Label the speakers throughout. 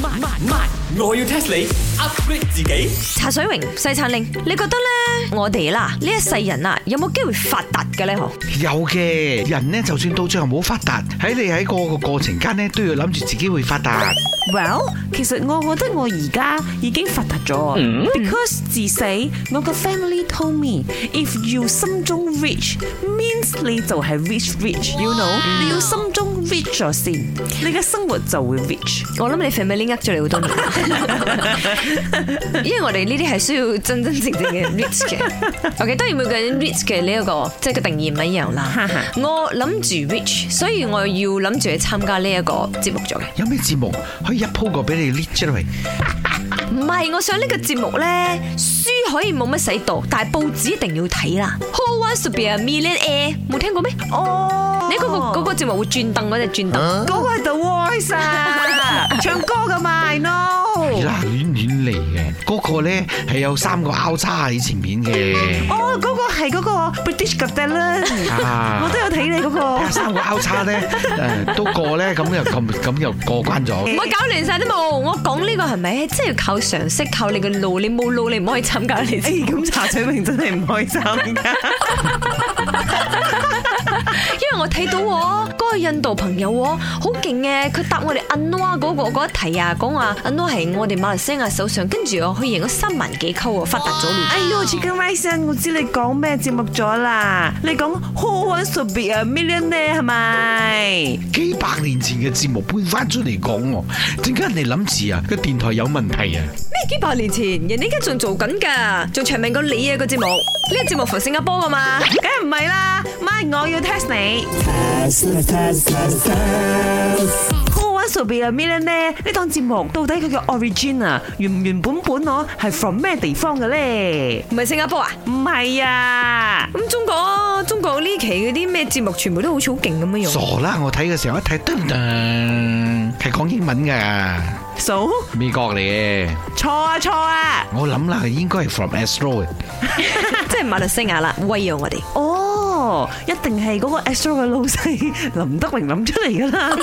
Speaker 1: 慢慢，我要 test 你 upgrade 自己。
Speaker 2: 茶水榮、西餐令，你覺得咧，我哋啦呢一世人啊，有冇機會發達嘅咧？嗬，
Speaker 3: 有嘅人呢，就算到最後冇發達，喺你喺個個過程間呢，都要諗住自己會發達。
Speaker 4: Well，其實我覺得我而家已經發達咗，because 自細我個 family told me，if you 心中 rich，means 你就係 rich rich，you know，你要心中 rich 咗先，你嘅生活就會 rich。
Speaker 2: 我諗你 family 呃咗你好多年，因為我哋呢啲係需要真真正正嘅 rich 嘅。OK，當然每個人 rich 嘅呢一個即係個定義唔一樣啦。我諗住 rich，所以我要諗住去參加呢一個節目咗嘅。
Speaker 3: 有咩節目可以一鋪過俾你 lift 出嚟？
Speaker 2: 唔係，我想呢個節目咧，書可以冇乜使讀，但係報紙一定要睇啦。Who wants to be a millionaire？冇聽過咩？
Speaker 4: 哦
Speaker 2: 你嗰個嗰個節目會轉凳嗰隻轉凳。
Speaker 4: 嗰個係 The Voice 啊， 唱歌噶嘛，I know。
Speaker 3: 嗱，亂亂嚟嘅，嗰、個呢係有三個交叉喺前面嘅，
Speaker 4: 哦，嗰個係嗰個 British Got Talent，
Speaker 3: 啊
Speaker 4: 我都有睇你嗰個。
Speaker 3: 三個交叉呢，誒都過呢，咁又咁咁又過關咗
Speaker 2: 唔。好搞亂晒啲冇，我講呢個係咪真係要靠常識，靠你嘅路，你冇路你唔可以參加你自己。
Speaker 4: 咁 茶水榮真係唔開心噶。
Speaker 2: 因為我睇到喎嗰個印度朋友喎好勁嘅，佢答我哋 Anwar 嗰個嗰一題啊，講話 Anwar 係我哋馬來西亞首相，跟住我佢贏咗三萬幾溝啊，發達咗咯。
Speaker 4: 哎呦，Chicken Rice，啊我知你講咩節目咗啦？你講 Who Wants to Be a Millionaire 係咪？
Speaker 3: 幾百年前嘅節目搬翻出嚟講喎，陣間人哋諗住啊個電台有問題啊！
Speaker 2: 咩幾百年前，人哋而家仲做緊㗎，仲長命過你啊個節目。呢個節目 for 新加坡㗎嘛？
Speaker 4: 梗係唔係啦，My 我要 test 你。Who Wants to Be a Millionaire 呢檔節目到底佢嘅 origin 啊，原唔原本本我係 from 咩地方嘅咧？
Speaker 2: 唔係新加坡啊？
Speaker 4: 唔係啊，
Speaker 2: 咁中國中國呢期嗰啲咩節目，全部都好似好勁咁樣用。
Speaker 3: 傻啦！我睇嘅時候一睇，噔噔，係講英文㗎，
Speaker 4: 數
Speaker 3: 美國嚟嘅。
Speaker 4: 錯啊錯啊！
Speaker 3: 我諗啦，應該係 from Astro 嘅。
Speaker 2: 即啊係馬來西亞啦，威啊我哋！
Speaker 4: 哦，一定係嗰個 Astro 嘅老細林德榮諗出嚟噶啦，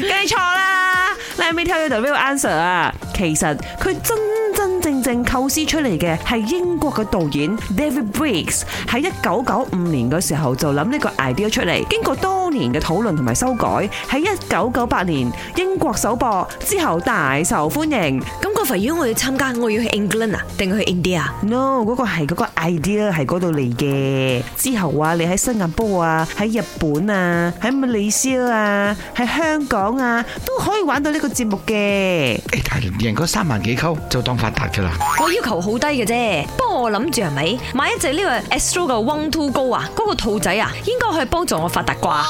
Speaker 4: 梗係錯啦。Let me tell you the real answer 啊，其實佢真真正正構思出嚟嘅係英國嘅導演 David Briggs 喺一九九五年嘅時候就諗呢個 idea 出嚟，經過多年嘅討論同埋修改，喺一九九八年英國首播之後大受歡迎。
Speaker 2: 咁個肥如果我要參加，我要去 England 啊，定去 India 啊？
Speaker 4: No，嗰個係嗰個 idea 係嗰度嚟嘅。之後啊，你喺新加坡啊，喺日本啊，喺馬來西亞啊，喺香港啊，都可以玩到呢個節目嘅。
Speaker 3: 誒，但係贏嗰三萬幾溝就當發達㗎啦。
Speaker 2: 我要求好低嘅啫，不過我諗住係咪買一隻呢個 Astro 嘅 One Two 高啊，嗰個兔仔啊，應該可以幫助我發達啩？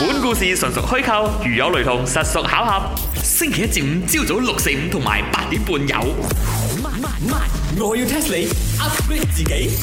Speaker 5: 本故事純屬虛構，如有雷同，實屬巧合。星期一至五朝早六四五同埋八點半有。
Speaker 1: 慢慢，我要 test 你 upgrade 自己。